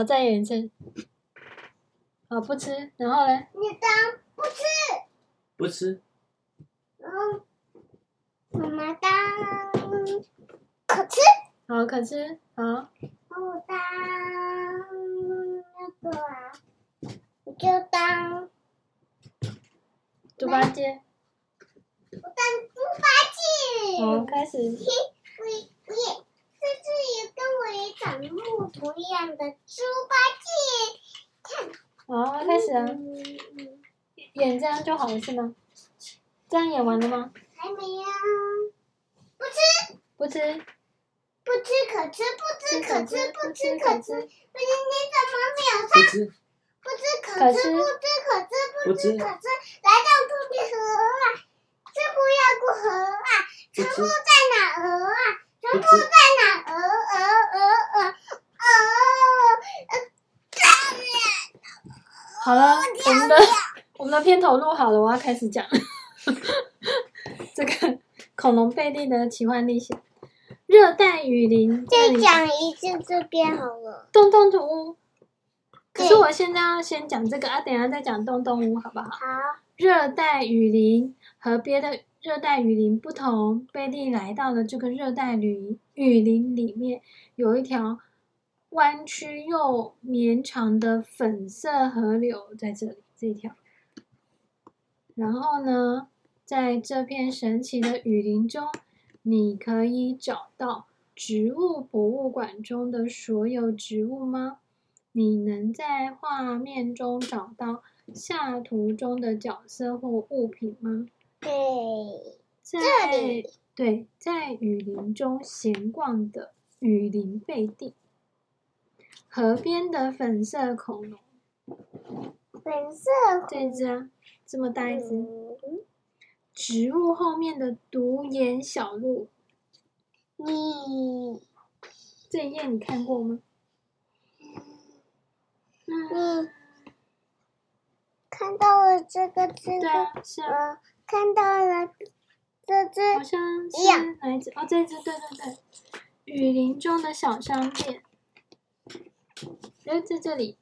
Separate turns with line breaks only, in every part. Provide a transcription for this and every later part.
我再演一次。好，不吃，然后嘞，
你当不吃，
不吃，
然后妈妈当可吃，
好，可吃，好，
然后我当那个啊，我就当
猪八戒，
我当猪八戒。
好，开始，
嘿，我我也，这次也跟我也长得不一样的猪八戒，
好，
看，
开始啊，
嗯嗯
演这样就好了是吗？这样演完了吗？
还没啊，不吃，
不吃，
不吃可吃，不吃可吃，不吃可吃，不是你怎么没有
不
上？
吃，
不吃可吃，不吃可吃，不吃可吃，来到兔子河啊，这不要过河啊，全部在哪鹅啊？全部在哪鹅？鹅鹅鹅鹅鹅。
好了，
哦
我们的
啊
我们的片头录好了，我要开始讲 这个恐龙贝利的奇幻历险，热带雨林，
再讲一次这边好了。
洞洞土屋。可是
对
我现在要先讲这个啊，等一下再讲洞洞屋好不好？
好，
热带雨林和别的热带雨林不同，贝利来到了这个热带雨雨林里面，有一条弯曲又绵长的粉色河流在这里，这一条。然后呢，在这片神奇的雨林中，你可以找到植物博物馆中的所有植物吗？你能在画面中找到下图中的角色或物品吗？
对，
在
这里
对，在雨林中闲逛的雨林贝蒂，河边的粉色恐龙，
粉色
这一只啊，这么大一只，
嗯
植物后面的独眼小鹿，
你
这一页你看过吗？嗯，
你看到了这个这
对
个，
啊，是啊，
呃，看到了这只
好像
一样
是哪一只？哦，这一只，对对对，雨林中的小商店，哎，在这里。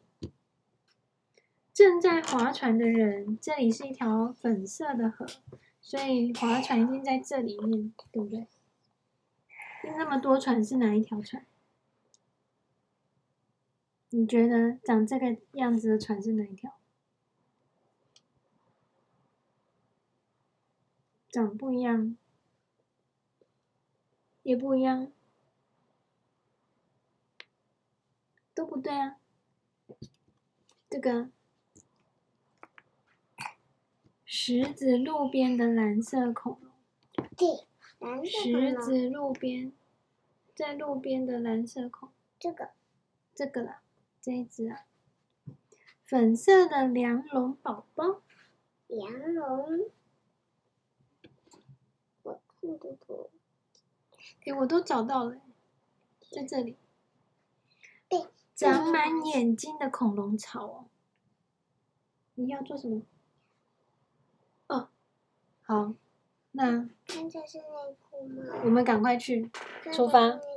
正在划船的人，这里是一条粉色的河，所以划船一定在这里面，对不对？那么多船是哪一条船？你觉得长这个样子的船是哪一条？长不一样，也不一样，都不对啊。这个石子路边的蓝色恐龙。
对，蓝色
石
的吗？
子路边，在路边的蓝色孔，
这个
这个啦，这一只啊，粉色的梁龙宝宝，
羊绒，我看不懂。
诶，我都找到了、在这里，
对，
长满眼睛的恐龙草哦。你要做什么？哦，好，那
看这是内裤吗？
我们赶快去
看
出
这
发
是内